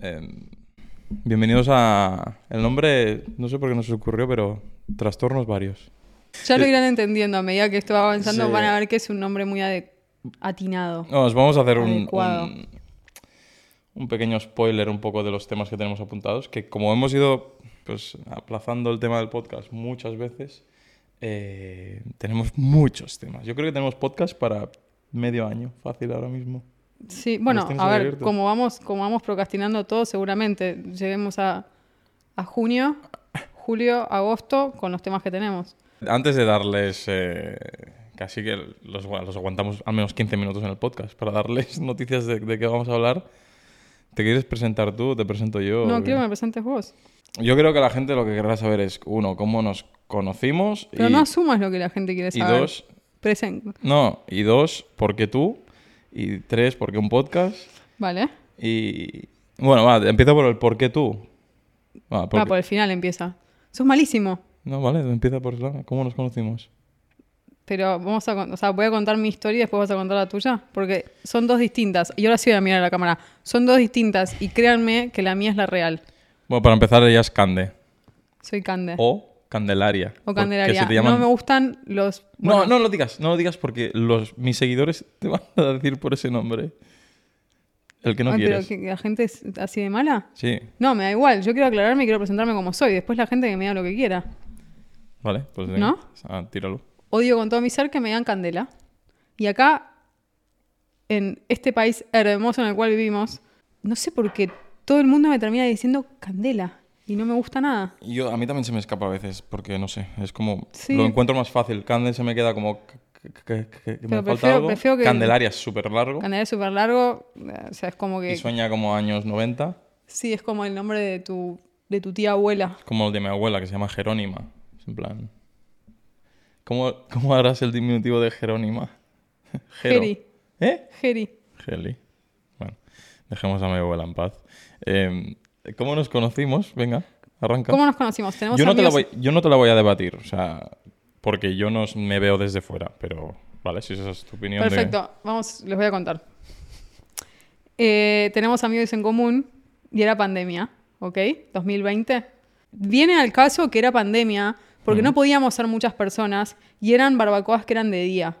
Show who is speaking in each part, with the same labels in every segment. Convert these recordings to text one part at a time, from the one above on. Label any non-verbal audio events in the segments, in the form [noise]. Speaker 1: Eh, bienvenidos a... El nombre, no sé por qué nos ocurrió, pero trastornos varios.
Speaker 2: Ya
Speaker 1: Eh,
Speaker 2: lo irán entendiendo. A medida que esto va avanzando, van a ver que es un nombre muy ade- atinado.
Speaker 1: Nos vamos a hacer un,
Speaker 2: Adecuado.
Speaker 1: un, un pequeño spoiler un poco de los temas que tenemos apuntados, que como hemos ido pues, aplazando el tema del podcast muchas veces, eh, tenemos muchos temas. Yo creo que tenemos podcast para medio año, fácil ahora mismo.
Speaker 2: Sí, bueno,
Speaker 1: tenemos
Speaker 2: a ver,
Speaker 1: abiertos.
Speaker 2: como vamos, como vamos procrastinando todo, seguramente lleguemos a, a junio, julio, agosto con los temas que tenemos.
Speaker 1: Antes de darles... eh, Casi que los, los aguantamos al menos 15 minutos en el podcast para darles [laughs] noticias de, de qué vamos a hablar. ¿Te quieres presentar tú? o ¿Te presento yo?
Speaker 2: no,
Speaker 1: o qué?
Speaker 2: quiero que me presentes vos.
Speaker 1: Yo creo que la gente lo que querrá saber es, uno, cómo nos conocimos.
Speaker 2: Pero
Speaker 1: y,
Speaker 2: no asumas lo que la gente quiere
Speaker 1: y
Speaker 2: saber.
Speaker 1: dos,
Speaker 2: Presen-
Speaker 1: no, y dos, ¿por qué tú? Y tres, ¿por qué un podcast?
Speaker 2: ¿Vale?
Speaker 1: Y. Bueno, va, empieza por el ¿por qué tú? Va, ¿por
Speaker 2: Ah,
Speaker 1: qué-
Speaker 2: por el final empieza. Sos malísimo.
Speaker 1: No, vale, empieza por la- ¿Cómo nos conocimos?
Speaker 2: Pero vamos a, con- o sea, voy a contar mi historia y después vas a contar la tuya, porque son dos distintas. Y ahora sí voy a mirar a la cámara. Son dos distintas y créanme que la mía es la real.
Speaker 1: Bueno, para empezar, ella es Cande.
Speaker 2: Soy Cande.
Speaker 1: O
Speaker 2: [laughs]
Speaker 1: Candelaria.
Speaker 2: o
Speaker 1: porque
Speaker 2: Candelaria.
Speaker 1: se te llaman-
Speaker 2: No me gustan los...
Speaker 1: No,
Speaker 2: bueno,
Speaker 1: no lo digas, no lo digas porque los, mis seguidores te van a decir por ese nombre. El que no
Speaker 2: ay,
Speaker 1: quieres.
Speaker 2: pero que la gente es así de mala.
Speaker 1: Sí,
Speaker 2: No, me da igual. Yo quiero aclararme y quiero presentarme como soy. Después la gente que me da lo que quiera.
Speaker 1: vale, pues. venga.
Speaker 2: ¿No?
Speaker 1: Ah, tíralo.
Speaker 2: Odio con todo mi ser que me dan candela. Y acá, en este país hermoso en el cual vivimos, no sé por qué todo el mundo me termina diciendo candela. Y no me gusta nada.
Speaker 1: Yo, a mí también se me escapa a veces, porque no sé, es como.
Speaker 2: Sí.
Speaker 1: Lo encuentro más fácil. Candel se me queda como. que- que- que- que- que me
Speaker 2: Pero
Speaker 1: falta
Speaker 2: prefiero-
Speaker 1: algo.
Speaker 2: prefiero que-
Speaker 1: Candelaria es súper largo
Speaker 2: Candela es súper largo. eh, O sea, es como
Speaker 1: y
Speaker 2: que...
Speaker 1: sueña como años 90,
Speaker 2: Sí, es como el nombre de tu, de tu tía abuela.
Speaker 1: como el de mi abuela que se llama Jerónima. Es en plan. ¿Cómo, cómo harás el diminutivo de Jerónima? Jero.
Speaker 2: Geri.
Speaker 1: ¿Eh?
Speaker 2: Geri.
Speaker 1: Geli. Bueno, dejemos a mi abuela en paz. Eh, ¿Cómo nos conocimos? Venga, arranca.
Speaker 2: ¿Cómo nos conocimos? Tenemos
Speaker 1: Yo no, te la
Speaker 2: amigos...
Speaker 1: voy, yo no te la voy a debatir, o sea, porque yo no s- me veo desde fuera, pero vale, si esa es tu opinión. de-
Speaker 2: Perfecto, vamos, les voy a contar. Eh, tenemos amigos en común y era pandemia, ¿ok? 2020. Viene al caso que era pandemia porque no podíamos ser muchas personas y eran barbacoas que eran de día.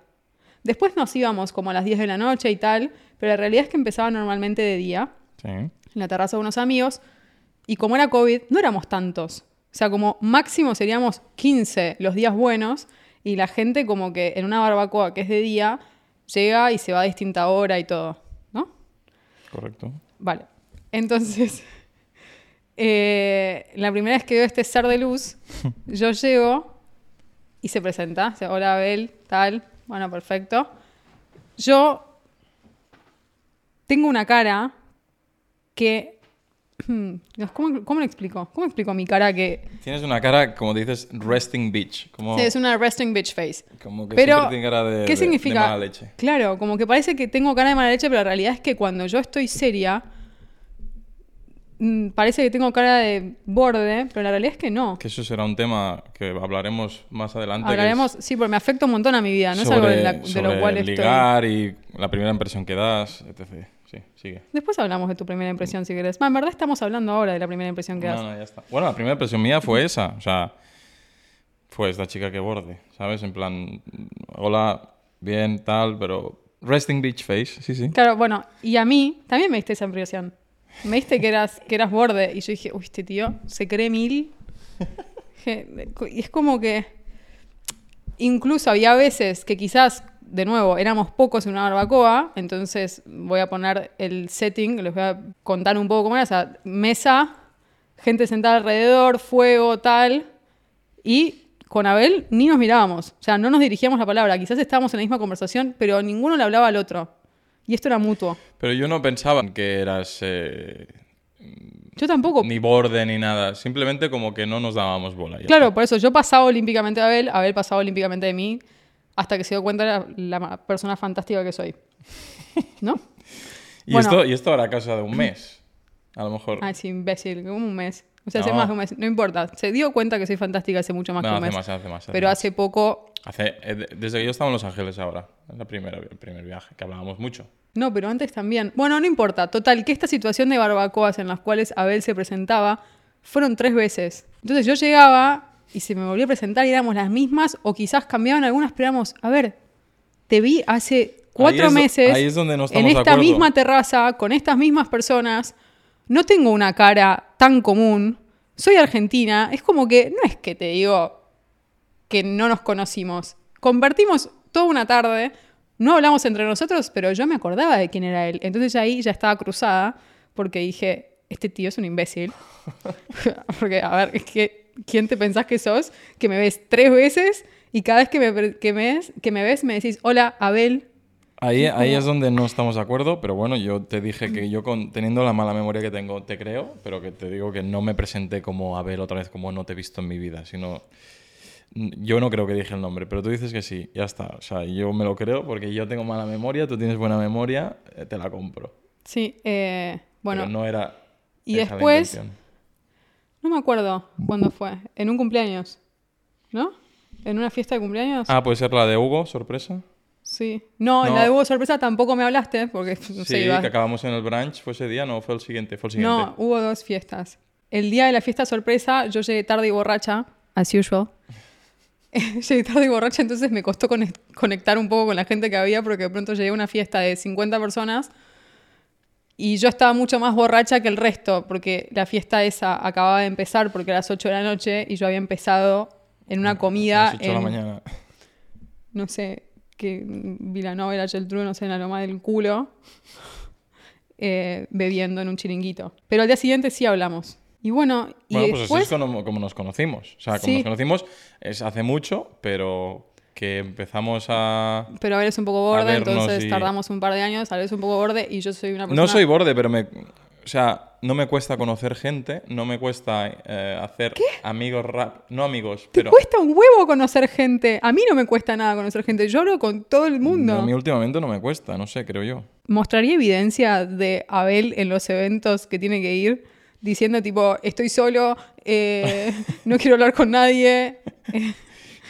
Speaker 2: Después nos íbamos como a las 10 de la noche y tal, pero la realidad es que empezaba normalmente de día
Speaker 1: Sí.
Speaker 2: en la terraza de unos amigos y como era COVID, no éramos tantos. O sea, como máximo seríamos 15 los días buenos y la gente como que en una barbacoa que es de día llega y se va a distinta hora y todo, ¿no?
Speaker 1: correcto.
Speaker 2: Vale. Entonces, [laughs] eh, la primera vez que veo este ser de luz, yo llego y se presenta. O sea, Hola, Abel, tal. Bueno, perfecto. Yo tengo una cara que... [clears throat] ¿Cómo, cómo lo explico? ¿Cómo explico mi cara que...
Speaker 1: Tienes una cara, como dices, resting bitch. Como,
Speaker 2: Sí, es una resting bitch face.
Speaker 1: como que
Speaker 2: Pero,
Speaker 1: siempre tiene cara de,
Speaker 2: ¿qué
Speaker 1: de- de
Speaker 2: significa?
Speaker 1: mala leche.
Speaker 2: Claro, como que parece que tengo cara de mala leche, pero la realidad es que cuando yo estoy seria, mm, parece que tengo cara de borde, pero la realidad es que no.
Speaker 1: Que eso será un tema que hablaremos más adelante. que es
Speaker 2: Hablaremos, sí, porque me afecta un montón a mi vida, no es
Speaker 1: sobre,
Speaker 2: algo de, la- de
Speaker 1: sobre
Speaker 2: lo cual estoy.
Speaker 1: ligar y la primera impresión que das, etc. Sí, sigue.
Speaker 2: Después hablamos de tu primera impresión, si querés. Va, en verdad estamos hablando ahora de la primera impresión que das.
Speaker 1: No, no, ya está. Bueno, la primera impresión mía fue esa. O sea, fue esta chica que borde, ¿sabes? En plan, hola, bien, tal, pero. Resting Beach Face, sí, sí.
Speaker 2: Claro, bueno, y a mí también me diste esa impresión. Me diste que eras, que eras borde. Y yo dije, uy, este tío se cree mil. Dije, Y es como que. Incluso había veces que quizás, de nuevo, éramos pocos en una barbacoa. Entonces voy a poner el setting, les voy a contar un poco cómo era. O sea, mesa, gente sentada alrededor, fuego, tal. Y con Abel ni nos mirábamos. O sea, no nos dirigíamos la palabra. Quizás estábamos en la misma conversación, pero ninguno le hablaba al otro. Y esto era mutuo.
Speaker 1: Pero yo no pensaba que eras eh,
Speaker 2: Yo tampoco.
Speaker 1: ni borde ni nada. Simplemente como que no nos dábamos bola. ya
Speaker 2: Claro, por eso yo pasaba olímpicamente de Abel, Abel pasaba olímpicamente de mí, hasta que se dio cuenta la, la ma- persona fantástica que soy. [laughs] ¿No?
Speaker 1: está. Y,
Speaker 2: bueno.
Speaker 1: esto, y esto hará casa de un mes. A lo mejor.
Speaker 2: Ah, es imbécil, como un mes. O sea, hace
Speaker 1: No.
Speaker 2: más que un mes. No importa. Se dio cuenta que soy fantástica hace mucho más que
Speaker 1: No,
Speaker 2: un
Speaker 1: hace
Speaker 2: mes.
Speaker 1: más, hace más. hace
Speaker 2: pero
Speaker 1: más.
Speaker 2: hace poco.
Speaker 1: Hace- eh, de- desde que yo estaba en Los Ángeles ahora, es la primera, el primer viaje, que hablábamos mucho.
Speaker 2: No, pero antes también. Bueno, no importa. Total, que esta situación de barbacoas en las cuales Abel se presentaba fueron tres veces. Entonces yo llegaba y se me volvió a presentar y éramos las mismas, o quizás cambiaban algunas, pero éramos, a ver, te vi hace cuatro
Speaker 1: Ahí es-
Speaker 2: meses
Speaker 1: ahí es donde no
Speaker 2: en
Speaker 1: estamos de
Speaker 2: esta
Speaker 1: acuerdo.
Speaker 2: misma terraza, con estas mismas personas, no tengo una cara tan común, soy argentina, es como que, no es que te digo que no nos conocimos, compartimos toda una tarde, no hablamos entre nosotros, pero yo me acordaba de quién era él, entonces ya ahí ya estaba cruzada porque dije, este tío es un imbécil, [laughs] porque a ver, es que, ¿quién te pensás que sos? Que me ves tres veces y cada vez que me, pre- que me, ves, que me ves me decís, hola, Abel.
Speaker 1: Ahí, ahí es donde no estamos de acuerdo, pero bueno, yo te dije que yo, con, teniendo la mala memoria que tengo, te creo, pero que te digo que no me presenté como Abel otra vez, como no te he visto en mi vida, sino. mm, Yo no creo que dije el nombre, pero tú dices que sí, ya está. O sea, yo me lo creo porque yo tengo mala memoria, tú tienes buena memoria, eh, te la compro.
Speaker 2: Sí, eh, bueno,
Speaker 1: pero no era.
Speaker 2: y
Speaker 1: esa la
Speaker 2: después-
Speaker 1: intención.
Speaker 2: no me acuerdo cuándo fue. En un cumpleaños, ¿no? ¿En una fiesta de cumpleaños?
Speaker 1: Ah, puede ser la de Hugo, sorpresa.
Speaker 2: Sí. No, en la
Speaker 1: No.
Speaker 2: de Hugo Sorpresa tampoco me hablaste porque [laughs]
Speaker 1: sí,
Speaker 2: no sé, iba-
Speaker 1: que acabamos en el brunch, fue ese día, no, fue el siguiente, fue el siguiente.
Speaker 2: No, hubo dos fiestas. El día de la fiesta sorpresa yo llegué tarde y borracha, as usual. [laughs] llegué tarde y borracha, entonces me costó cone- conectar un poco con la gente que había porque de pronto llegué a una fiesta de 50 personas y yo estaba mucho más borracha que el resto porque la fiesta esa acababa de empezar porque era las 8 de la noche y yo había empezado en una comida
Speaker 1: Las ocho de la
Speaker 2: en-
Speaker 1: mañana.
Speaker 2: no sé, que Vilanova era Geltrú, no sé, en la loma del culo, [laughs] eh, bebiendo en un chiringuito. Pero al día siguiente sí hablamos. Y bueno, y
Speaker 1: Bueno, pues así
Speaker 2: después...
Speaker 1: es como, como nos conocimos. O sea, como
Speaker 2: Sí.
Speaker 1: nos conocimos es hace mucho, pero que empezamos a...
Speaker 2: pero a ver, es un poco borde,
Speaker 1: vernos
Speaker 2: entonces
Speaker 1: y-
Speaker 2: tardamos un par de años. A ver, es un poco borde y yo soy una persona...
Speaker 1: No soy borde, pero me... O sea, no me cuesta conocer gente, no me cuesta eh, hacer amigos rap... No amigos,
Speaker 2: Te
Speaker 1: pero...
Speaker 2: cuesta un huevo conocer gente. A mí no me cuesta nada conocer gente. Yo hablo con todo el mundo.
Speaker 1: A mí últimamente no me cuesta, no sé, creo yo.
Speaker 2: mostraría evidencia de Abel en los eventos que tiene que ir, diciendo tipo, estoy solo, eh, [laughs] no quiero hablar con nadie.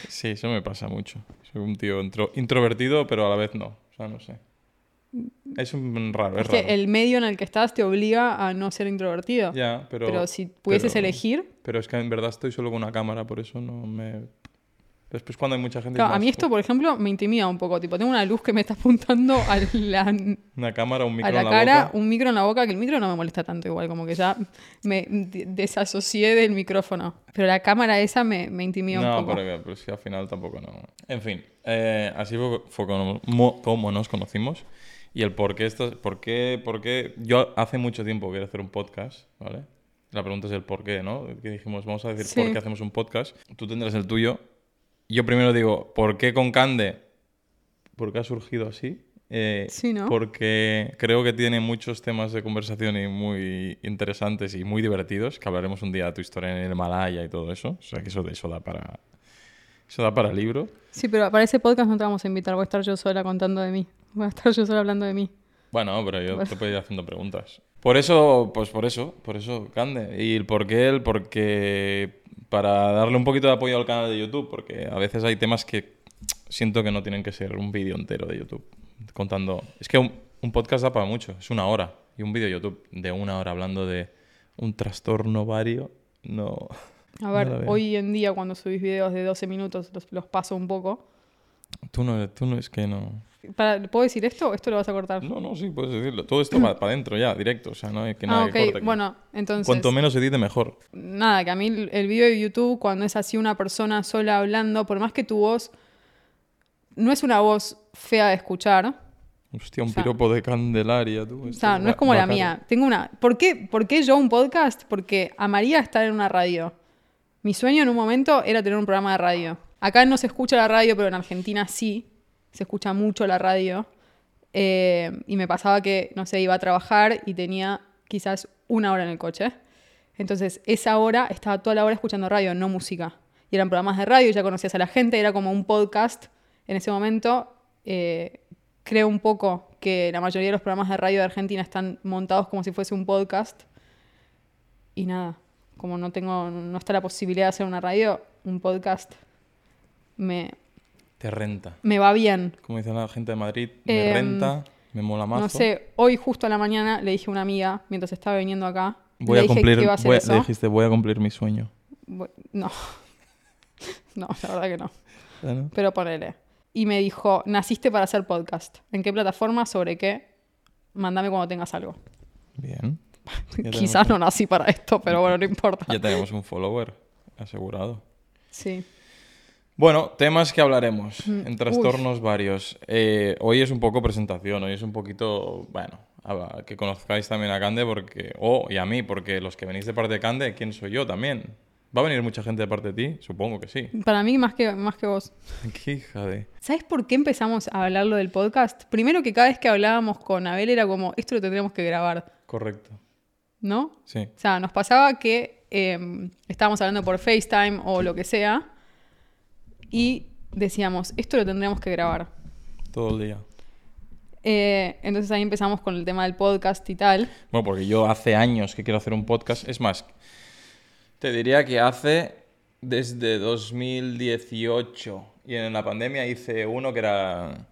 Speaker 1: Sí, eso me pasa mucho. Soy un tío intro- introvertido, pero a la vez no. O sea, no sé. Es un raro, es
Speaker 2: Es que
Speaker 1: raro.
Speaker 2: el medio en el que estás te obliga a no ser introvertido.
Speaker 1: Ya, pero...
Speaker 2: pero, si pudieses
Speaker 1: pero-
Speaker 2: elegir.
Speaker 1: Pero es que en verdad estoy solo con una cámara, por eso no me... Después cuando hay mucha gente...
Speaker 2: Claro,
Speaker 1: es
Speaker 2: a mí
Speaker 1: más-
Speaker 2: esto, por ejemplo, me intimida un poco. Tipo, tengo una luz que me está apuntando a la, a
Speaker 1: Una cámara, un micro
Speaker 2: la
Speaker 1: en la
Speaker 2: cara,
Speaker 1: boca.
Speaker 2: un micro en la boca, que el micro no me molesta tanto igual, como que ya me de- desasocié del micrófono. Pero la cámara esa me, me intimida un
Speaker 1: No,
Speaker 2: poco.
Speaker 1: pero, que- pero si al final tampoco no. En fin, eh, así fue, fue como, mo- como nos conocimos y el por qué, esto, por qué, por qué. Yo hace mucho tiempo quiero hacer un podcast, ¿vale? La pregunta es el por qué, ¿no? Que dijimos, vamos a decir
Speaker 2: Sí.
Speaker 1: por qué hacemos un podcast. Tú tendrás el tuyo. Yo primero digo, ¿por qué con Cande? ¿Por qué ha surgido así? Eh,
Speaker 2: Sí, ¿no?
Speaker 1: Porque creo que tiene muchos temas de conversación y muy interesantes y muy divertidos, que hablaremos un día de tu historia en el Himalaya y todo eso. O sea, que eso, eso, da, para, eso da para libro.
Speaker 2: Sí, pero para ese podcast no te vamos a invitar, voy a estar yo sola contando de mí. Voy a estar yo sola hablando de mí.
Speaker 1: Bueno, pero yo te puedo ir haciendo preguntas. Por eso, pues por eso, por eso, Cande. Y el por qué, el porque para darle un poquito de apoyo al canal de YouTube, porque a veces hay temas que siento que no tienen que ser un vídeo entero de YouTube contando. Es que un, un podcast da para mucho, es una hora. Y un vídeo de YouTube de una hora hablando de un trastorno vario, no.
Speaker 2: A ver,
Speaker 1: No la veo.
Speaker 2: hoy en día cuando subís videos de 12 minutos los, los paso un poco.
Speaker 1: Tú no, tú no es que no.
Speaker 2: Para- ¿Puedo decir esto o esto lo vas a cortar?
Speaker 1: No, no, sí, puedes decirlo. Todo esto
Speaker 2: [clears throat]
Speaker 1: va para adentro ya, directo. O sea, no hay que
Speaker 2: ah,
Speaker 1: nada
Speaker 2: ok.
Speaker 1: que corte aquí.
Speaker 2: Bueno, entonces...
Speaker 1: Cuanto menos edite, mejor.
Speaker 2: Nada, que a mí el el video de YouTube, cuando es así una persona sola hablando, por más que tu voz no es una voz fea de escuchar,
Speaker 1: Hostia, un
Speaker 2: sea-
Speaker 1: piropo de Candelaria, tú.
Speaker 2: o sea, no es como la mía. Tengo una... ¿Por qué, ¿Por qué yo un podcast? Porque amaría estar en una radio. Mi sueño en un momento era tener un programa de radio. Acá no se escucha la radio, pero en Argentina sí. Se escucha mucho la radio. Eh, y me pasaba que, no sé, iba a trabajar y tenía quizás una hora en el coche. Entonces, esa hora estaba toda la hora escuchando radio, no música. Y eran programas de radio, ya conocías a la gente, era como un podcast. En ese momento, eh, creo un poco que la mayoría de los programas de radio de Argentina están montados como si fuese un podcast. Y nada, como no tengo, no está la posibilidad de hacer una radio, un podcast me,
Speaker 1: Te renta.
Speaker 2: me va bien.
Speaker 1: Como dice la gente de Madrid, me
Speaker 2: Em,
Speaker 1: renta, me mola más.
Speaker 2: No sé, hoy justo a la mañana le dije a una amiga, mientras estaba viniendo acá,
Speaker 1: Voy
Speaker 2: le
Speaker 1: a
Speaker 2: dije
Speaker 1: cumplir,
Speaker 2: que iba a hacer
Speaker 1: voy a-
Speaker 2: eso.
Speaker 1: le dijiste, voy a cumplir mi sueño.
Speaker 2: Bu- No. [laughs] no, la verdad que no.
Speaker 1: Ah, ¿no?
Speaker 2: Pero ponele. Y me dijo, naciste para hacer podcast. ¿En qué plataforma? ¿Sobre qué? Mándame cuando tengas algo. [laughs]
Speaker 1: Bien. Ya
Speaker 2: Quizás no nací para esto, pero
Speaker 1: [laughs]
Speaker 2: bueno, no importa.
Speaker 1: Ya tenemos un follower asegurado.
Speaker 2: Sí.
Speaker 1: Bueno, temas que hablaremos en
Speaker 2: Mm, uy.
Speaker 1: trastornos varios. Eh, hoy es un poco presentación, hoy es un poquito, bueno, a- que conozcáis también a Cande porque, o y a mí, porque los que venís de parte de Cande, ¿quién soy yo también? ¿Va a venir mucha gente de parte de ti? Supongo que sí.
Speaker 2: Para mí, más que, más que vos.
Speaker 1: [laughs] Qué hija de...
Speaker 2: ¿Sabes por qué empezamos a hablar lo del podcast? Primero que cada vez que hablábamos con Abel era como, esto lo tendríamos que grabar,
Speaker 1: Correcto.
Speaker 2: ¿no?
Speaker 1: Sí.
Speaker 2: O sea, nos pasaba que eh, estábamos hablando por FaceTime o lo que sea y decíamos, esto lo tendríamos que grabar.
Speaker 1: Todo el día.
Speaker 2: Eh, entonces ahí empezamos con el tema del podcast y tal.
Speaker 1: Bueno, porque yo hace años que quiero hacer un podcast. Es más, te diría que hace desde 2018. Y en la pandemia hice uno que era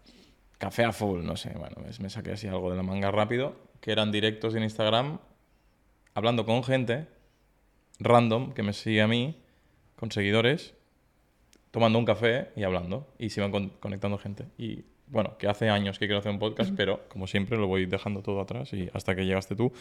Speaker 1: café a full, no sé. Bueno, me- me saqué así algo de la manga rápido. Que eran directos en Instagram, hablando con gente random que me sigue a mí, con seguidores, tomando un café y hablando. Y se iban con- conectando gente. Y bueno, que hace años que quiero hacer un podcast, pero como siempre lo voy dejando todo atrás y hasta que llegaste tú.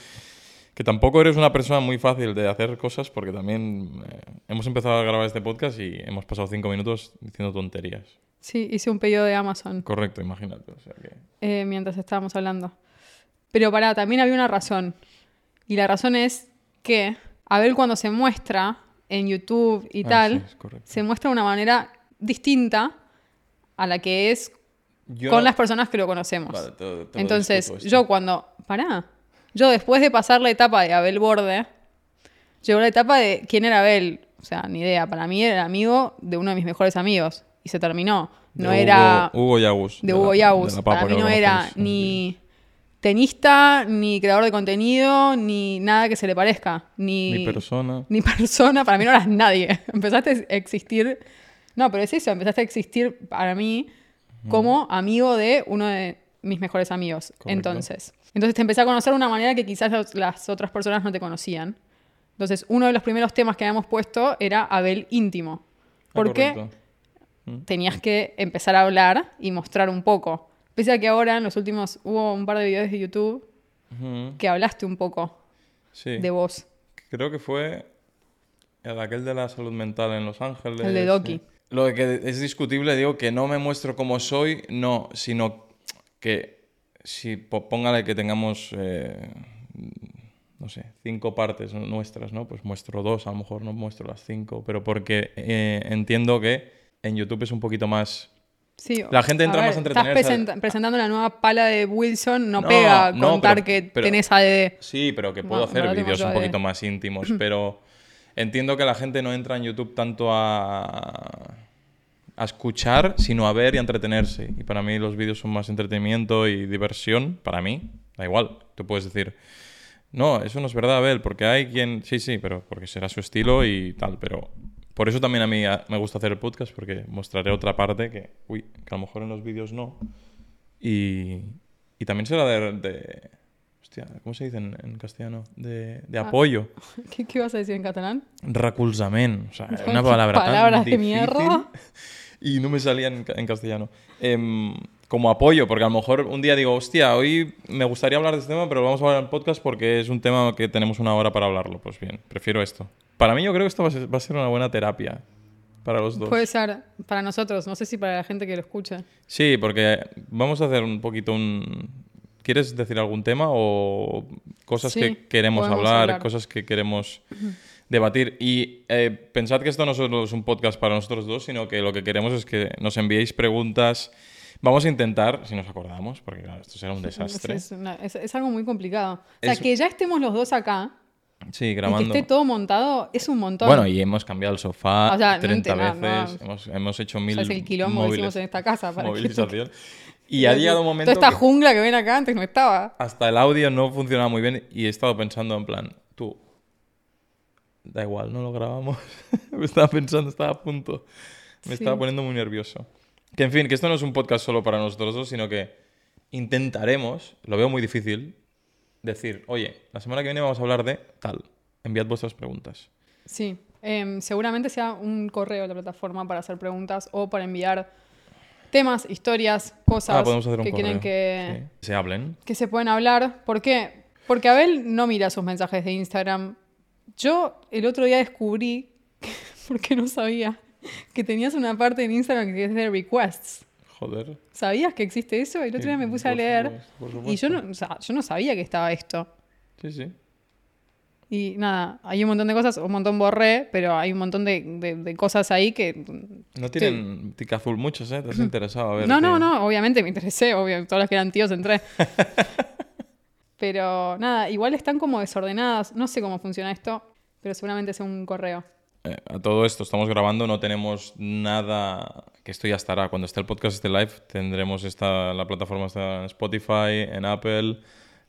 Speaker 1: Que tampoco eres una persona muy fácil de hacer cosas porque también eh, hemos empezado a grabar este podcast y hemos pasado cinco minutos diciendo tonterías.
Speaker 2: Sí, hice un pedido de Amazon
Speaker 1: Correcto, imagínate. O sea que...
Speaker 2: eh, mientras estábamos hablando. Pero pará, también había una razón. Y la razón es que Abel cuando se muestra en YouTube y
Speaker 1: Ah,
Speaker 2: tal,
Speaker 1: sí, es correcto.
Speaker 2: se muestra de una manera distinta a la que es
Speaker 1: Yo
Speaker 2: con
Speaker 1: no-
Speaker 2: las personas que lo conocemos.
Speaker 1: Vale, te lo- te lo
Speaker 2: Entonces,
Speaker 1: discuto esto.
Speaker 2: yo cuando. Pará. Yo después de pasar la etapa de Abel Borde, llegó la etapa de quién era Abel. O sea, ni idea. Para mí era el amigo de uno de mis mejores amigos. Y se terminó.
Speaker 1: De
Speaker 2: No era.
Speaker 1: Hugo, Hugo Yagus.
Speaker 2: de
Speaker 1: la-
Speaker 2: Hugo Yaus.
Speaker 1: de la papa
Speaker 2: Para mí
Speaker 1: que
Speaker 2: no
Speaker 1: lo
Speaker 2: era
Speaker 1: conocéis.
Speaker 2: ni tenista, ni creador de contenido, ni nada que se le parezca. Ni,
Speaker 1: Ni persona.
Speaker 2: ni [laughs] persona. Para mí no eras nadie. [laughs] empezaste a existir. No, pero es eso. Empezaste a existir para mí como amigo de uno de mis mejores amigos.
Speaker 1: Correcto.
Speaker 2: Entonces. Entonces te empecé a conocer de una manera que quizás los- las otras personas no te conocían. Entonces, uno de los primeros temas que habíamos puesto era Abel íntimo.
Speaker 1: Ah,
Speaker 2: Porque
Speaker 1: correcto.
Speaker 2: tenías que empezar a hablar y mostrar un poco. Pese a que ahora en los últimos hubo un par de videos de YouTube
Speaker 1: Ujú,
Speaker 2: que hablaste un poco
Speaker 1: Sí.
Speaker 2: de vos.
Speaker 1: Creo que fue el aquel de la salud mental en Los Ángeles.
Speaker 2: El de Doki.
Speaker 1: sí. Lo que es discutible, digo, que no me muestro como soy, no, sino que si po- póngale que tengamos, eh, no sé, cinco partes nu- nuestras, ¿no? Pues muestro dos, a lo mejor no muestro las cinco, pero porque eh, entiendo que en YouTube es un poquito más...
Speaker 2: Sí,
Speaker 1: La gente
Speaker 2: a
Speaker 1: entra más a
Speaker 2: Estás
Speaker 1: entretenerse.
Speaker 2: presenta- presentando la nueva pala de Wilson, no,
Speaker 1: No,
Speaker 2: pega
Speaker 1: no,
Speaker 2: contar
Speaker 1: pero-
Speaker 2: que
Speaker 1: pero-
Speaker 2: tenés ADD.
Speaker 1: Sí, pero que puedo
Speaker 2: Bueno,
Speaker 1: hacer
Speaker 2: no lo tengo
Speaker 1: vídeos
Speaker 2: yo
Speaker 1: un
Speaker 2: de-
Speaker 1: poquito más
Speaker 2: [clears throat]
Speaker 1: íntimos, pero entiendo que la gente no entra en YouTube tanto a, a escuchar, sino a ver y a entretenerse. Y para mí los vídeos son más entretenimiento y diversión, para mí, da igual, tú puedes decir, no, eso no es verdad, Abel, porque hay quien, sí, sí, pero porque será su estilo y tal, pero... Por eso también a mí ah, me gusta hacer el podcast, porque mostraré otra parte que, uy, que a lo mejor en los vídeos no, y, y también será de, de- Hostia, ¿cómo se dice en, en castellano? De,
Speaker 2: Ah.
Speaker 1: de apoyo.
Speaker 2: ¿Qué, qué vas a decir en catalán?
Speaker 1: Reculsament. O sea,
Speaker 2: Joder, [laughs]
Speaker 1: una
Speaker 2: qué
Speaker 1: palabra tan
Speaker 2: palabras de
Speaker 1: difícil.
Speaker 2: mierda.
Speaker 1: [laughs] Y no me salía en, ca- en castellano. Em, como apoyo, porque a lo mejor un día digo, hostia, hoy me gustaría hablar de este tema, pero lo vamos a hablar en el podcast porque es un tema que tenemos una hora para hablarlo. Pues bien, prefiero esto. Para mí yo creo que esto va a ser, va a ser una buena terapia para los dos.
Speaker 2: Puede ser para nosotros, no sé si para la gente que lo escucha.
Speaker 1: Sí, porque vamos a hacer un poquito un... ¿Quieres decir algún tema o cosas
Speaker 2: Sí,
Speaker 1: que queremos
Speaker 2: podemos
Speaker 1: hablar,
Speaker 2: hablar.
Speaker 1: cosas que queremos debatir? Y eh, pensad que esto no solo es un podcast para nosotros dos, sino que lo que queremos es que nos enviéis preguntas. Vamos a intentar, si nos acordamos, porque claro, esto será un desastre.
Speaker 2: Es, una- es- es algo muy complicado. O sea,
Speaker 1: Es-
Speaker 2: que ya estemos los dos acá
Speaker 1: Sí,
Speaker 2: y
Speaker 1: grabando.
Speaker 2: que esté todo montado es un montón.
Speaker 1: Bueno, y hemos cambiado el sofá
Speaker 2: O sea, no
Speaker 1: 30
Speaker 2: entiendo, no.
Speaker 1: veces, hemos, hemos hecho
Speaker 2: O
Speaker 1: mil
Speaker 2: sea, es el quilombo que hicimos
Speaker 1: móviles,
Speaker 2: en esta casa. Para que- [laughs]
Speaker 1: movilización. Y ha llegado un momento
Speaker 2: Toda
Speaker 1: que-
Speaker 2: esta jungla que ven acá antes no estaba.
Speaker 1: hasta el audio no funcionaba muy bien y he estado pensando en plan, tú, Da igual, no lo grabamos. [laughs] Me estaba pensando, estaba a punto. Me
Speaker 2: Sí.
Speaker 1: estaba poniendo muy nervioso. Que en fin, que esto no es un podcast solo para nosotros dos, sino que intentaremos, lo veo muy difícil, decir, oye, la semana que viene vamos a hablar de tal. Enviad vuestras preguntas.
Speaker 2: Sí, em, seguramente sea un correo la plataforma para hacer preguntas o para enviar temas, historias, cosas
Speaker 1: Ah, podemos hacer un
Speaker 2: que quieren
Speaker 1: correo.
Speaker 2: que,
Speaker 1: Sí. Se hablen.
Speaker 2: que se pueden hablar. ¿Por qué? Porque Abel no mira sus mensajes de Instagram. Yo el otro día descubrí, [laughs] porque no sabía, que tenías una parte en Instagram que es de requests.
Speaker 1: Joder.
Speaker 2: ¿Sabías que existe eso? El otro día me
Speaker 1: Sí,
Speaker 2: puse a
Speaker 1: por
Speaker 2: leer
Speaker 1: supuesto, por
Speaker 2: y yo
Speaker 1: supuesto.
Speaker 2: no, o sea, yo no sabía que estaba esto.
Speaker 1: Sí, sí.
Speaker 2: Y nada, hay un montón de cosas, un montón borré, pero hay un montón de, de- de cosas ahí que...
Speaker 1: No tienen tica azul muchos, ¿eh? Te has interesado a ver.
Speaker 2: no,
Speaker 1: qué-
Speaker 2: no, no, obviamente me interesé, obvio, todas las que eran tíos
Speaker 1: [laughs]
Speaker 2: entré. pero nada, igual están como desordenadas, no sé cómo funciona esto, pero seguramente sea un correo.
Speaker 1: Eh, a todo esto estamos grabando, no tenemos nada. Que esto ya estará. Cuando esté el podcast este live, tendremos esta, la plataforma está en Spotify, en Apple,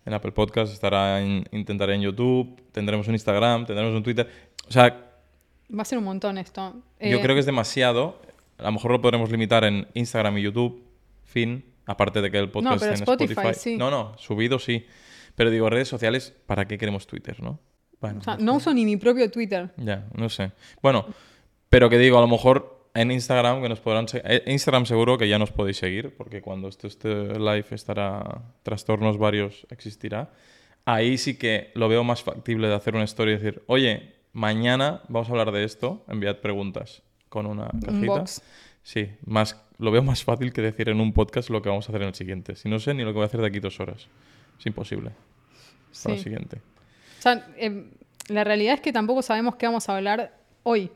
Speaker 1: en Apple Podcast, estará en, intentaré en YouTube, tendremos un Instagram, tendremos un Twitter. O sea,
Speaker 2: Va a ser un montón esto. Eh,
Speaker 1: yo creo que es demasiado. A lo mejor lo podremos limitar en Instagram y YouTube, fin. Aparte de que el podcast
Speaker 2: pero
Speaker 1: en
Speaker 2: Spotify,
Speaker 1: Spotify.
Speaker 2: sí.
Speaker 1: No, no, subido sí. Pero digo, redes sociales, ¿para qué queremos Twitter, no? Bueno,
Speaker 2: O sea, no uso ni mi propio Twitter.
Speaker 1: ya, no sé. Bueno, pero que digo, a lo mejor en Instagram que nos podrán se- eh, Instagram seguro que ya nos podéis seguir, porque cuando esté este live estará trastornos varios existirá. Ahí sí que lo veo más factible de hacer una story y decir, "Oye, mañana vamos a hablar de esto, enviad preguntas con una
Speaker 2: Un
Speaker 1: cajita."
Speaker 2: box.
Speaker 1: Sí, más lo veo más fácil que decir en un podcast lo que vamos a hacer en el siguiente. Si no sé ni lo que voy a hacer de aquí dos horas. Es imposible. Para el
Speaker 2: Sí.
Speaker 1: siguiente.
Speaker 2: O sea, em, la realidad es que tampoco sabemos qué vamos a hablar hoy.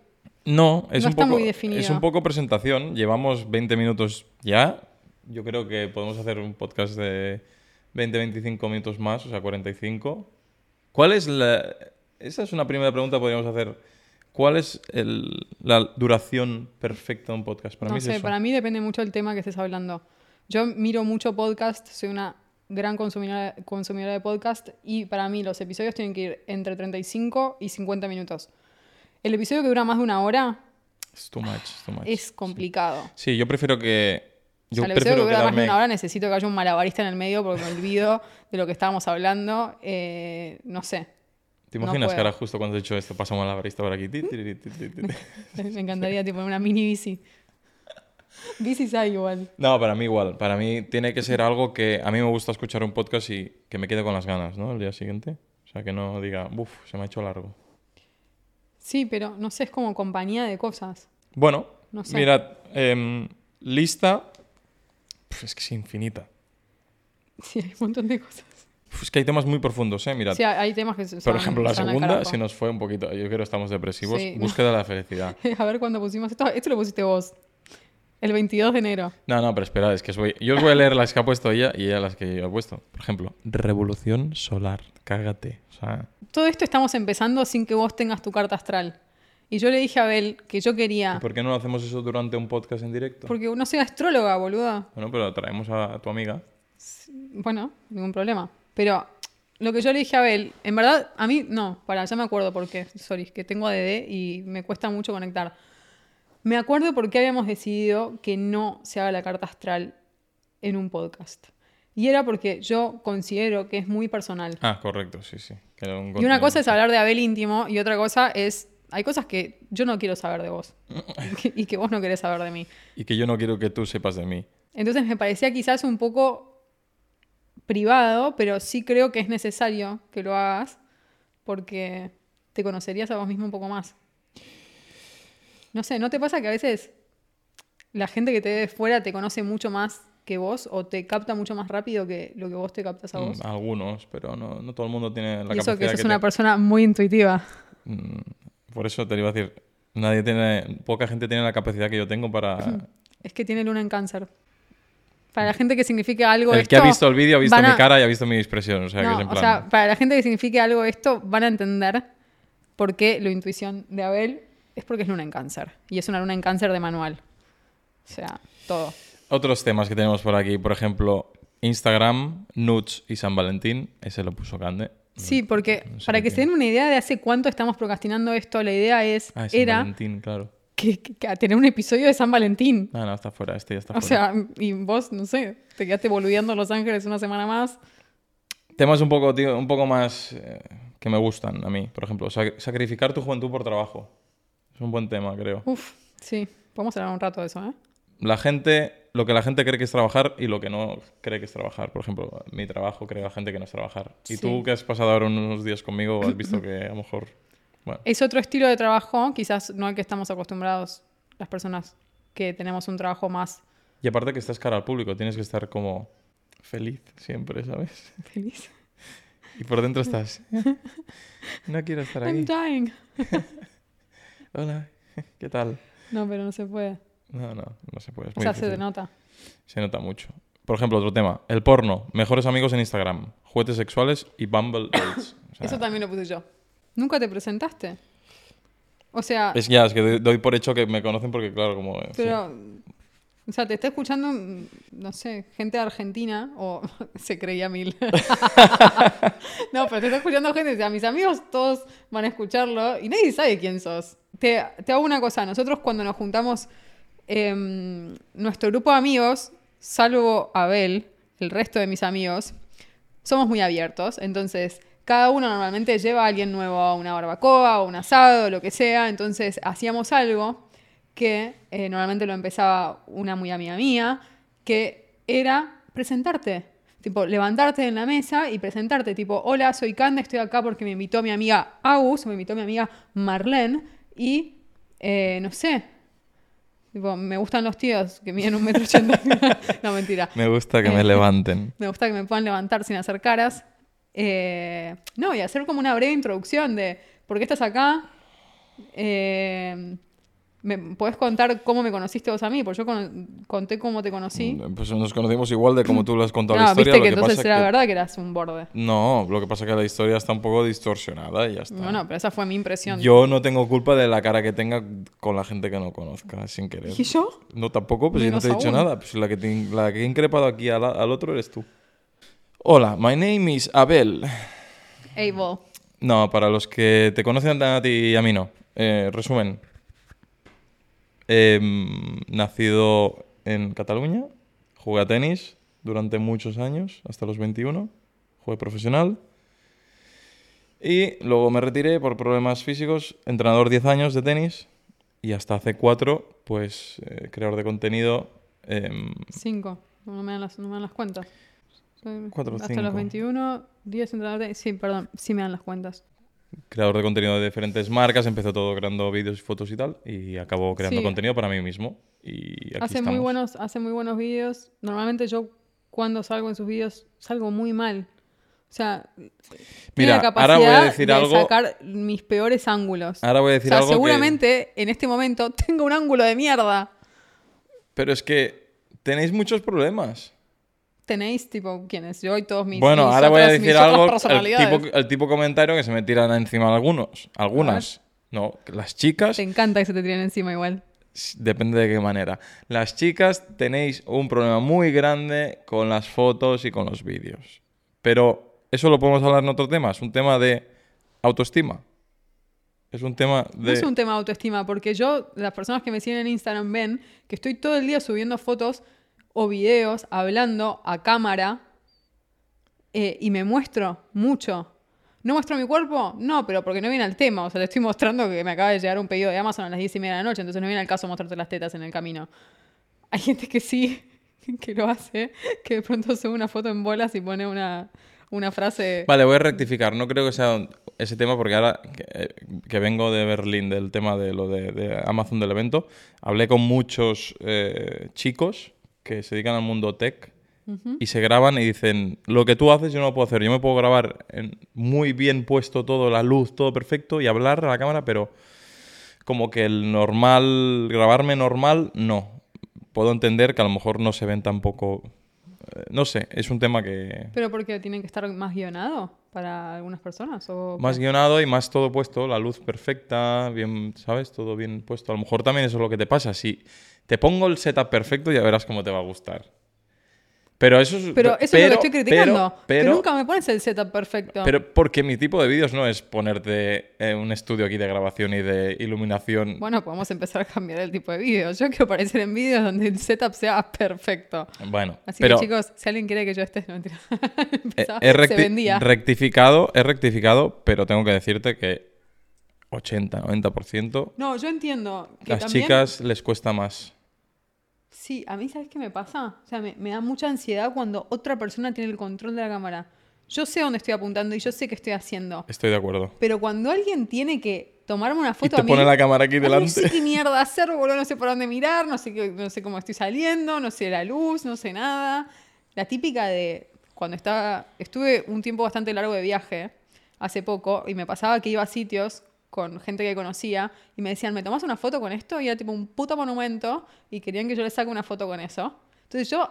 Speaker 1: No, es,
Speaker 2: No
Speaker 1: un
Speaker 2: está
Speaker 1: poco,
Speaker 2: muy definido.
Speaker 1: es un poco presentación. Llevamos 20 minutos ya. Yo creo que podemos hacer un podcast de 20-25 minutos más, o sea, 45. ¿Cuál es la... Esa es una primera pregunta que podríamos hacer. ¿Cuál es el- la duración perfecta de un podcast? Para
Speaker 2: no
Speaker 1: mí es
Speaker 2: sé,
Speaker 1: eso.
Speaker 2: para mí depende mucho del tema que estés hablando. Yo miro mucho podcast, soy una gran consumidora, consumidora de podcast y para mí los episodios tienen que ir entre 35 y 50 minutos. El episodio que dura más de una hora
Speaker 1: Es too much, es too much.
Speaker 2: es complicado.
Speaker 1: Sí, yo prefiero que...
Speaker 2: O
Speaker 1: Yo
Speaker 2: sea, el episodio que
Speaker 1: prefiero
Speaker 2: dura más de
Speaker 1: quedarme...
Speaker 2: una hora necesito que haya un malabarista en el medio porque me olvido de lo que estábamos hablando. Eh, no sé,
Speaker 1: ¿Te
Speaker 2: no
Speaker 1: imaginas que
Speaker 2: puedo.
Speaker 1: ahora justo cuando he hecho esto pasamos la barista por aquí? Ti, ti, ti, ti, ti, ti.
Speaker 2: me encantaría tipo una mini bici. Bicis hay igual.
Speaker 1: No, para mí igual. Para mí tiene que ser algo que a mí me gusta escuchar un podcast y que me quede con las ganas, ¿no? El día siguiente. O sea, que no diga, uff, se me ha hecho largo.
Speaker 2: Sí, pero no sé, es como compañía de cosas.
Speaker 1: Bueno,
Speaker 2: No sé.
Speaker 1: mirad, em, lista. Pf, es que es infinita.
Speaker 2: Sí, hay un montón de cosas.
Speaker 1: Pf, es que hay temas muy profundos, ¿eh? Mirad.
Speaker 2: Sí, hay hay temas que se
Speaker 1: por
Speaker 2: son-
Speaker 1: ejemplo, la
Speaker 2: son al
Speaker 1: segunda,
Speaker 2: carajo.
Speaker 1: si nos fue un poquito. Yo creo que estamos depresivos.
Speaker 2: Sí, no.
Speaker 1: Búsqueda de la
Speaker 2: [laughs]
Speaker 1: felicidad.
Speaker 2: A ver cuándo pusimos esto. Esto lo pusiste vos. El 22 de enero.
Speaker 1: No, no, pero esperad, es que os voy- yo os voy a leer las que ha puesto ella y ella las que yo he puesto. Por ejemplo, revolución solar. Cágate. O sea,
Speaker 2: Todo esto estamos empezando sin que vos tengas tu carta astral. Y yo le dije a Abel que yo quería...
Speaker 1: ¿y ¿por qué no hacemos eso durante un podcast en directo?
Speaker 2: Porque no soy astróloga, boluda.
Speaker 1: Bueno, pero traemos a tu amiga.
Speaker 2: Bueno, ningún problema. Pero lo que yo le dije a Abel, en verdad, a mí no, para, ya me acuerdo porque, sorry, que tengo ADD y me cuesta mucho conectar. Me acuerdo por qué habíamos decidido que no se haga la carta astral en un podcast. Y era porque yo considero que es muy personal.
Speaker 1: Ah, correcto, sí, sí. que era un
Speaker 2: Y una
Speaker 1: contenido.
Speaker 2: cosa es hablar de Abel íntimo y otra cosa es, hay cosas que yo no quiero saber de vos y que, y que vos no querés saber de mí.
Speaker 1: Y que yo no quiero que tú sepas de mí.
Speaker 2: Entonces me parecía quizás un poco privado, pero sí creo que es necesario que lo hagas porque te conocerías a vos mismo un poco más. No sé, ¿no te pasa que a veces la gente que te ve de fuera te conoce mucho más que vos o te capta mucho más rápido que lo que vos te captas a vos?
Speaker 1: Mm, Algunos, pero no, no todo el mundo tiene la
Speaker 2: y eso que
Speaker 1: capacidad
Speaker 2: sos
Speaker 1: que
Speaker 2: una
Speaker 1: te-
Speaker 2: persona muy intuitiva.
Speaker 1: Mm, Por eso te lo iba a decir. Nadie tiene... Poca gente tiene la capacidad que yo tengo
Speaker 2: [laughs]
Speaker 1: para...
Speaker 2: Es que tiene luna en cáncer. Para la gente que significa algo
Speaker 1: El que ha
Speaker 2: esto,
Speaker 1: visto el vídeo ha visto
Speaker 2: van a-
Speaker 1: mi cara y ha visto mi expresión. O sea, que
Speaker 2: No,
Speaker 1: es en
Speaker 2: o
Speaker 1: plan...
Speaker 2: sea, para la gente que signifique algo esto, van a entender por qué la intuición de Abel es porque es luna en cáncer. Y es una luna en cáncer de manual. O sea, todo.
Speaker 1: Otros temas que tenemos por aquí, por ejemplo, Instagram, Nuts y San Valentín. Ese lo puso Cande.
Speaker 2: Sí, porque
Speaker 1: no sé
Speaker 2: para
Speaker 1: qué
Speaker 2: que se den una idea de hace cuánto estamos procrastinando esto, la idea es,
Speaker 1: Ah, es San
Speaker 2: era
Speaker 1: Valentín, claro.
Speaker 2: que, que- que a tener un episodio de San Valentín.
Speaker 1: No, no, está fuera, este ya está
Speaker 2: O
Speaker 1: fuera.
Speaker 2: sea, y vos, no sé, te quedaste boludeando en Los Ángeles una semana más.
Speaker 1: Temas un poco, tío, un poco más eh, que me gustan a mí, por ejemplo, sac- sacrificar tu juventud por trabajo. Es un buen tema, creo.
Speaker 2: Uf, sí, podemos hablar un rato de eso, ¿eh?
Speaker 1: La gente, lo que la gente cree que es trabajar y lo que no cree que es trabajar. Por ejemplo, mi trabajo cree la gente que no es trabajar. Y
Speaker 2: Sí.
Speaker 1: tú que has pasado ahora unos días conmigo, has visto que a lo mejor, bueno,
Speaker 2: Es otro estilo de trabajo, quizás no al que estamos acostumbrados las personas que tenemos un trabajo más
Speaker 1: Y aparte que estás cara al público, tienes que estar como feliz siempre, ¿sabes? [laughs]
Speaker 2: feliz.
Speaker 1: Y por dentro estás. "Eh, No quiero estar
Speaker 2: I'm
Speaker 1: aquí.
Speaker 2: dying.
Speaker 1: Hola, [laughs] ¿qué tal?
Speaker 2: No, pero no se puede.
Speaker 1: No, no, no se puede. es
Speaker 2: O
Speaker 1: muy
Speaker 2: sea, se
Speaker 1: difícil.
Speaker 2: denota.
Speaker 1: Se nota mucho. Por ejemplo, otro tema, el porno, mejores amigos en Instagram, juguetes sexuales y Bumble Dates. O sea,
Speaker 2: Eso también lo puse yo. ¿Nunca te presentaste? O sea,
Speaker 1: es que ya, es que doy- doy por hecho que me conocen porque, claro, como... eh, sí.
Speaker 2: pero... O sea, te está escuchando, mm, no sé, gente de Argentina o [laughs] se
Speaker 1: [laughs]
Speaker 2: creía mil. no, pero te está escuchando gente. O sea, mis amigos todos van a escucharlo y nadie sabe quién sos. Te, te hago una cosa. Nosotros cuando nos juntamos, em, nuestro grupo de amigos, salvo Abel, el resto de mis amigos, somos muy abiertos, entonces cada uno normalmente lleva a alguien nuevo a una barbacoa o un asado, lo que sea, entonces hacíamos algo que eh, normalmente lo empezaba una muy amiga mía, que era presentarte, tipo levantarte en la mesa y presentarte, tipo, hola, soy Canda, estoy acá porque me invitó mi amiga Agus o me invitó mi amiga Marlene y, eh, no sé, tipo, me gustan los tíos que miden un metro ochenta. [laughs] no, mentira.
Speaker 1: Me gusta que me
Speaker 2: [laughs] Eh.
Speaker 1: levanten.
Speaker 2: Me gusta que me puedan levantar sin hacer caras. Eh, no, y hacer como una breve introducción de por qué estás acá. Eh, ¿Me podés contar cómo me conociste vos a mí? Porque yo con- conté cómo te conocí. No,
Speaker 1: Mm, Pues nos conocemos igual de como tú lo has contado la historia.
Speaker 2: viste
Speaker 1: lo
Speaker 2: que
Speaker 1: que
Speaker 2: entonces
Speaker 1: pasa
Speaker 2: era
Speaker 1: que-
Speaker 2: verdad que eras un borde.
Speaker 1: No, lo que pasa es que la historia está un poco distorsionada y ya está.
Speaker 2: Bueno, pero esa fue mi impresión.
Speaker 1: Yo no tengo culpa de la cara que tenga con la gente que no conozca, sin querer.
Speaker 2: ¿Y yo?
Speaker 1: No, tampoco, pues yo no
Speaker 2: Menos
Speaker 1: te he dicho
Speaker 2: aún.
Speaker 1: nada. Pues la que, te in- la que he increpado aquí al, al otro eres tú. Hola, my name is Abel.
Speaker 2: Abel.
Speaker 1: No, para los que te conocen a ti y a mí no. Eh, resumen. Em, nacido en Cataluña, jugué a tenis durante muchos años, hasta los 21, jugué profesional. Y luego me retiré por problemas físicos, entrenador 10 años de tenis y hasta hace 4, pues eh, creador de contenido. em,
Speaker 2: Cinco. No me dan las, no me dan las cuentas. Soy-
Speaker 1: Cuatro,
Speaker 2: Hasta
Speaker 1: cinco.
Speaker 2: los 21, 10 entrenadores. de- Sí, perdón, sí me dan las cuentas.
Speaker 1: creador de contenido de diferentes marcas, empezó todo creando vídeos y fotos y tal, y acabó creando
Speaker 2: Sí.
Speaker 1: contenido para mí mismo. Y aquí
Speaker 2: hace
Speaker 1: estamos.
Speaker 2: muy buenos hace muy buenos vídeos normalmente yo cuando salgo en sus vídeos salgo muy mal o sea tiene
Speaker 1: Mira,
Speaker 2: la
Speaker 1: ahora
Speaker 2: capacidad
Speaker 1: voy a decir
Speaker 2: de
Speaker 1: algo.
Speaker 2: sacar mis peores ángulos
Speaker 1: Ahora voy a
Speaker 2: o
Speaker 1: decir
Speaker 2: sea
Speaker 1: algo. que-
Speaker 2: seguramente en este momento [laughs] tengo un ángulo de mierda
Speaker 1: Pero es que tenéis muchos problemas.
Speaker 2: tenéis tipo quiénes yo y todos mis
Speaker 1: bueno,
Speaker 2: mis
Speaker 1: ahora voy a
Speaker 2: otras-
Speaker 1: decir
Speaker 2: mis otras
Speaker 1: algo. El
Speaker 2: personalidades.
Speaker 1: tipo, el tipo comentario que se me tiran encima algunos. Algunas. No, las chicas.
Speaker 2: te encanta que se te tiren encima igual
Speaker 1: S- Depende de qué manera. Las chicas tenéis un problema muy grande con las fotos y con los vídeos. Pero eso lo podemos hablar en otro tema. Es un tema de autoestima. Es un tema de...
Speaker 2: No es un tema de autoestima, porque yo, las personas que me siguen en Instagram ven que estoy todo el día subiendo fotos o videos, hablando a cámara, eh, y me muestro mucho. ¿No muestro mi cuerpo? No, pero porque no viene al tema. O sea, te estoy mostrando que me acaba de llegar un pedido de Amazon a las 10 y media de la noche, entonces no viene al caso mostrarte las tetas en el camino. Hay gente que sí, [laughs] que lo hace, que de pronto sube una foto en bolas y pone una, una frase...
Speaker 1: Vale, voy a rectificar. No creo que sea un- ese tema porque ahora que, eh, que vengo de Berlín, del tema de lo de, de Amazon del evento, hablé con muchos eh, chicos que se dedican al mundo tech y se graban y dicen, lo que tú haces yo no lo puedo hacer. Yo me puedo grabar en- muy bien puesto todo, la luz, todo perfecto y hablar a la cámara, pero como que el normal, grabarme normal, no. Puedo entender que a lo mejor no se ven tampoco... eh, No sé, es un tema que...
Speaker 2: ¿Pero porque tienen que estar más guionado para algunas personas? ¿O
Speaker 1: Más
Speaker 2: qué?
Speaker 1: guionado y más todo puesto, la luz perfecta, bien, ¿sabes? Todo bien puesto. A lo mejor también eso es lo que te pasa. Si te pongo el setup perfecto, ya verás cómo te va a gustar. Pero eso es.
Speaker 2: Pero eso es lo que estoy criticando.
Speaker 1: Pero,
Speaker 2: que
Speaker 1: pero-
Speaker 2: nunca me pones el setup perfecto.
Speaker 1: pero porque mi tipo de vídeos no es ponerte eh, un estudio aquí de grabación y de iluminación.
Speaker 2: bueno, podemos empezar a cambiar el tipo de vídeo. Yo quiero aparecer en vídeos donde el setup sea perfecto.
Speaker 1: Bueno,
Speaker 2: Así
Speaker 1: pero
Speaker 2: que chicos, si alguien quiere que yo esté, no mentira. [laughs]
Speaker 1: eh,
Speaker 2: Empezaba,
Speaker 1: he
Speaker 2: se
Speaker 1: recti-
Speaker 2: vendía.
Speaker 1: rectificado, he rectificado, pero tengo que decirte que 80, 90%
Speaker 2: no, yo entiendo que
Speaker 1: las
Speaker 2: también-
Speaker 1: chicas les cuesta más.
Speaker 2: Sí, a mí, ¿sabes qué me pasa? O sea, me, me da mucha ansiedad cuando otra persona tiene el control de la cámara. Yo sé dónde estoy apuntando y yo sé qué estoy haciendo.
Speaker 1: Estoy de acuerdo.
Speaker 2: Pero cuando alguien tiene que tomarme una
Speaker 1: Y
Speaker 2: foto
Speaker 1: te
Speaker 2: a mí,
Speaker 1: pone la cámara aquí
Speaker 2: ay, no sé
Speaker 1: delante.
Speaker 2: qué mierda hacer, boludo, no sé por dónde mirar, no sé, qué- no sé cómo estoy saliendo, no sé la luz, no sé nada. La típica de cuando estaba, estuve un tiempo bastante largo de viaje, hace poco, y me pasaba que iba a sitios con gente que conocía y me decían, ¿me tomas una foto con esto? Y era tipo un puto monumento y querían que yo les saque una foto con eso. Entonces yo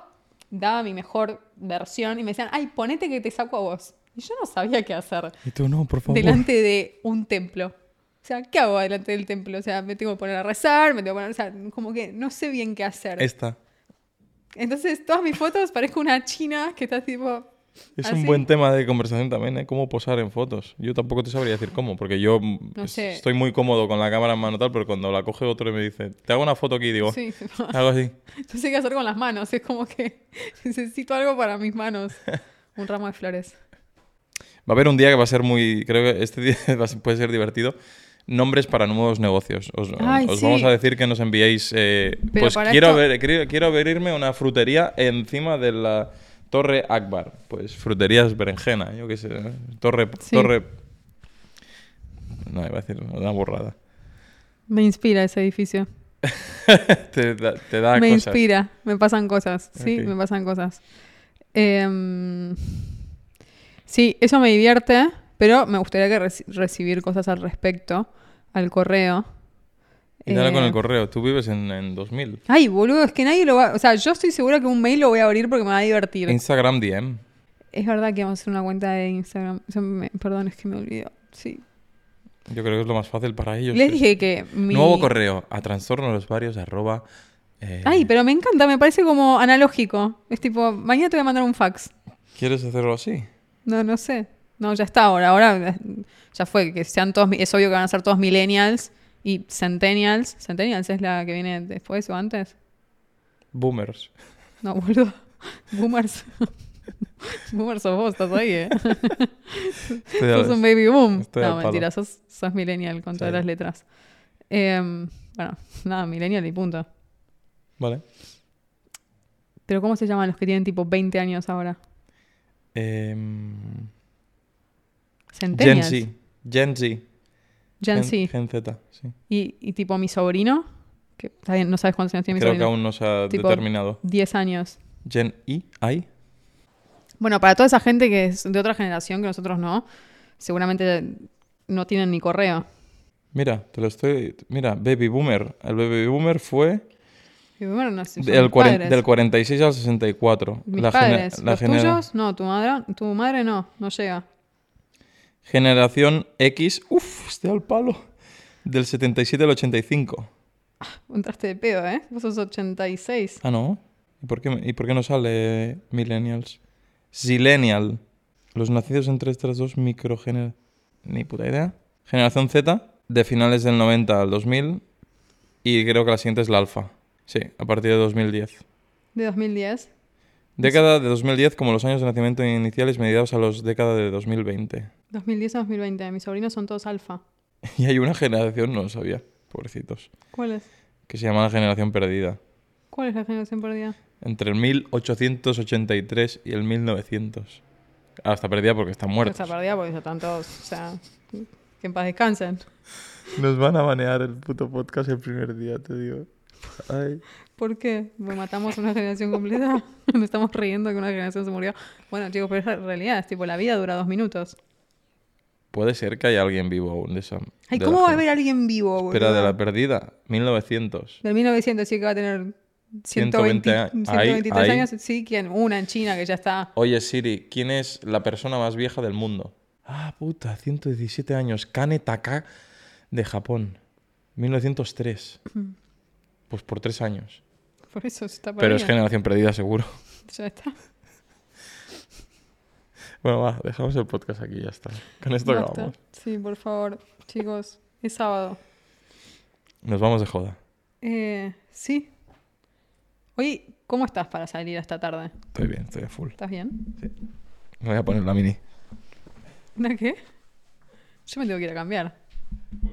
Speaker 2: daba mi mejor versión y me decían, ay, ponete que te saco a vos. Y yo no sabía qué hacer
Speaker 1: Y tú no, por favor.
Speaker 2: delante de un templo. O sea, ¿qué hago delante del templo? O sea, me tengo que poner a rezar, me tengo que poner, o sea, como que no sé bien qué hacer.
Speaker 1: Esta.
Speaker 2: Entonces, todas mis fotos parezco una china que está tipo
Speaker 1: Es
Speaker 2: así.
Speaker 1: un buen tema de conversación también, ¿eh? Cómo posar en fotos. Yo tampoco te sabría decir cómo, porque yo mm,
Speaker 2: No
Speaker 1: es-
Speaker 2: sé.
Speaker 1: estoy muy cómodo con la cámara en mano tal, pero cuando la coge otro y me dice, te hago una foto aquí, digo,
Speaker 2: Sí, [laughs] tipo,
Speaker 1: hago así.
Speaker 2: no sé qué hacer con las manos, es como que [laughs] necesito algo para mis manos. Un ramo de flores.
Speaker 1: Va a haber un día que va a ser muy, creo que este día [laughs] va a ser- puede ser divertido. Nombres para nuevos negocios. Os,
Speaker 2: Ay,
Speaker 1: os
Speaker 2: sí.
Speaker 1: vamos a decir que nos enviéis. eh,
Speaker 2: Pero
Speaker 1: pues
Speaker 2: para
Speaker 1: quiero,
Speaker 2: esto-
Speaker 1: abrir- quiero, quiero abrirme una frutería encima de la Torre Akbar. Pues fruterías berenjena, yo qué sé. ¿eh? Torre.
Speaker 2: Sí.
Speaker 1: torre... No, iba a decir una burrada. [laughs]
Speaker 2: Me inspira ese edificio.
Speaker 1: te da, te da
Speaker 2: me
Speaker 1: Ah, cosas.
Speaker 2: inspira, me pasan cosas, sí,
Speaker 1: Ok.
Speaker 2: me pasan cosas. Em, sí, eso me divierte, pero me gustaría que reci- recibir cosas al respecto, al correo.
Speaker 1: Y dale con
Speaker 2: Eh,
Speaker 1: el correo. Tú vives en, en 2000.
Speaker 2: Ay, boludo, es que nadie lo va... O sea, yo estoy segura que un mail lo voy a abrir porque me va a divertir.
Speaker 1: Instagram DM.
Speaker 2: es verdad que vamos a hacer una cuenta de Instagram. Yo me- perdón, es que me olvidó. Sí.
Speaker 1: Yo creo que es lo más fácil para ellos.
Speaker 2: Les
Speaker 1: Es-
Speaker 2: dije que mi...
Speaker 1: Nuevo correo a trastornolosvarios arroba... eh,
Speaker 2: Ay, pero me encanta, me parece como analógico. Es tipo, mañana te voy a mandar un fax.
Speaker 1: ¿Quieres hacerlo así?
Speaker 2: No, no sé. No, ya está ahora. Ahora ya fue. Que sean todos, mi- es obvio que van a ser todos millennials y centennials. ¿Centennials es la que viene después o antes?
Speaker 1: Boomers.
Speaker 2: [laughs] No, boludo. Boomers. [laughs] Boomers sos vos, estás ahí, ¿eh?
Speaker 1: Estoy a-
Speaker 2: sos Pues un baby boom.
Speaker 1: Estoy al
Speaker 2: no,
Speaker 1: palo.
Speaker 2: mentira, sos, sos millennial con todas
Speaker 1: Sí.
Speaker 2: las letras. Em, bueno, nada, millennial y punto.
Speaker 1: Vale.
Speaker 2: Pero ¿cómo se llaman los que tienen tipo 20 años ahora?
Speaker 1: Em, Gen
Speaker 2: Centennials.
Speaker 1: Z. Gen Z.
Speaker 2: Gen Z.
Speaker 1: Gen Z, sí.
Speaker 2: Y, y tipo mi sobrino, que está bien, no sabes cuántos años tiene mi
Speaker 1: Creo que
Speaker 2: sobrino.
Speaker 1: aún no se ha
Speaker 2: Tipo-
Speaker 1: determinado.
Speaker 2: 10 años.
Speaker 1: Gen I. ¿Hay?
Speaker 2: Bueno, para toda esa gente que es de otra generación que nosotros no, seguramente no tienen ni correo.
Speaker 1: Mira, te lo estoy... Mira, Baby Boomer. El Baby Boomer fue...
Speaker 2: Y bueno, no sé, son
Speaker 1: Del,
Speaker 2: mis
Speaker 1: cuaren-
Speaker 2: padres.
Speaker 1: del 46 al 64.
Speaker 2: Mis
Speaker 1: La gene-
Speaker 2: padres.
Speaker 1: la
Speaker 2: ¿Los
Speaker 1: genera-
Speaker 2: tuyos? No, tu madre, tu madre no, no llega.
Speaker 1: Generación X. Uf, estoy al palo. Del 77 al 85.
Speaker 2: Entraste de pedo, ¿eh? Vos sos 86.
Speaker 1: Ah, no. ¿Y por qué, me- y por qué no sale Millennials? Zillennial. Los nacidos entre estas dos microgener... Ni puta idea. Generación Z, de finales del 90 al 2000. Y creo que la siguiente es la alfa. Sí, a partir de 2010.
Speaker 2: De 2010.
Speaker 1: Década de 2010 como los años de nacimiento iniciales mediados a los década de 2020.
Speaker 2: 2010 a 2020. Mis sobrinos son todos alfa.
Speaker 1: [laughs] Y hay una generación, no lo sabía, pobrecitos,
Speaker 2: ¿Cuál es?
Speaker 1: que se llama la generación perdida.
Speaker 2: ¿Cuál es la generación perdida?
Speaker 1: Entre el 1883 y el 1900. Ah, está perdida porque está muerta.
Speaker 2: Esa perdida porque ya están todos, o sea, que en paz descansen.
Speaker 1: Nos van a banear el puto podcast el primer día, te digo. Ay.
Speaker 2: ¿Por qué? ¿Me matamos una generación completa? [laughs] Nos estamos riendo que una generación se murió. Bueno, chicos, pero es la realidad. Es tipo, la vida dura dos minutos.
Speaker 1: Puede ser que haya alguien vivo aún de esa.
Speaker 2: Ay,
Speaker 1: de
Speaker 2: ¿cómo
Speaker 1: la
Speaker 2: va a
Speaker 1: gente.
Speaker 2: haber alguien vivido, boludo?
Speaker 1: Espera, de la perdida, 1900.
Speaker 2: Del 1900, sí que va a tener
Speaker 1: 120
Speaker 2: 120,
Speaker 1: años.
Speaker 2: 123
Speaker 1: Ahí, ahí.
Speaker 2: años. Sí, ¿quién? Una en China que ya está.
Speaker 1: Oye, Siri, ¿quién es la persona más vieja del mundo? Ah, puta, 117 años. Kane Taka de Japón. 1903. Pues por tres años.
Speaker 2: Por eso está
Speaker 1: Pero
Speaker 2: perdida.
Speaker 1: es generación perdida, seguro. [laughs]
Speaker 2: Ya está.
Speaker 1: Bueno, va, dejamos el podcast aquí, ya está. Con esto
Speaker 2: Basta.
Speaker 1: acabamos.
Speaker 2: Sí, por favor, chicos. Es sábado.
Speaker 1: Nos vamos de joda.
Speaker 2: Eh, sí. Oye, ¿cómo estás para salir esta tarde?
Speaker 1: Estoy bien, estoy a full.
Speaker 2: ¿Estás bien?
Speaker 1: Me voy a poner la mini.
Speaker 2: ¿Una qué? Yo me tengo que ir a cambiar.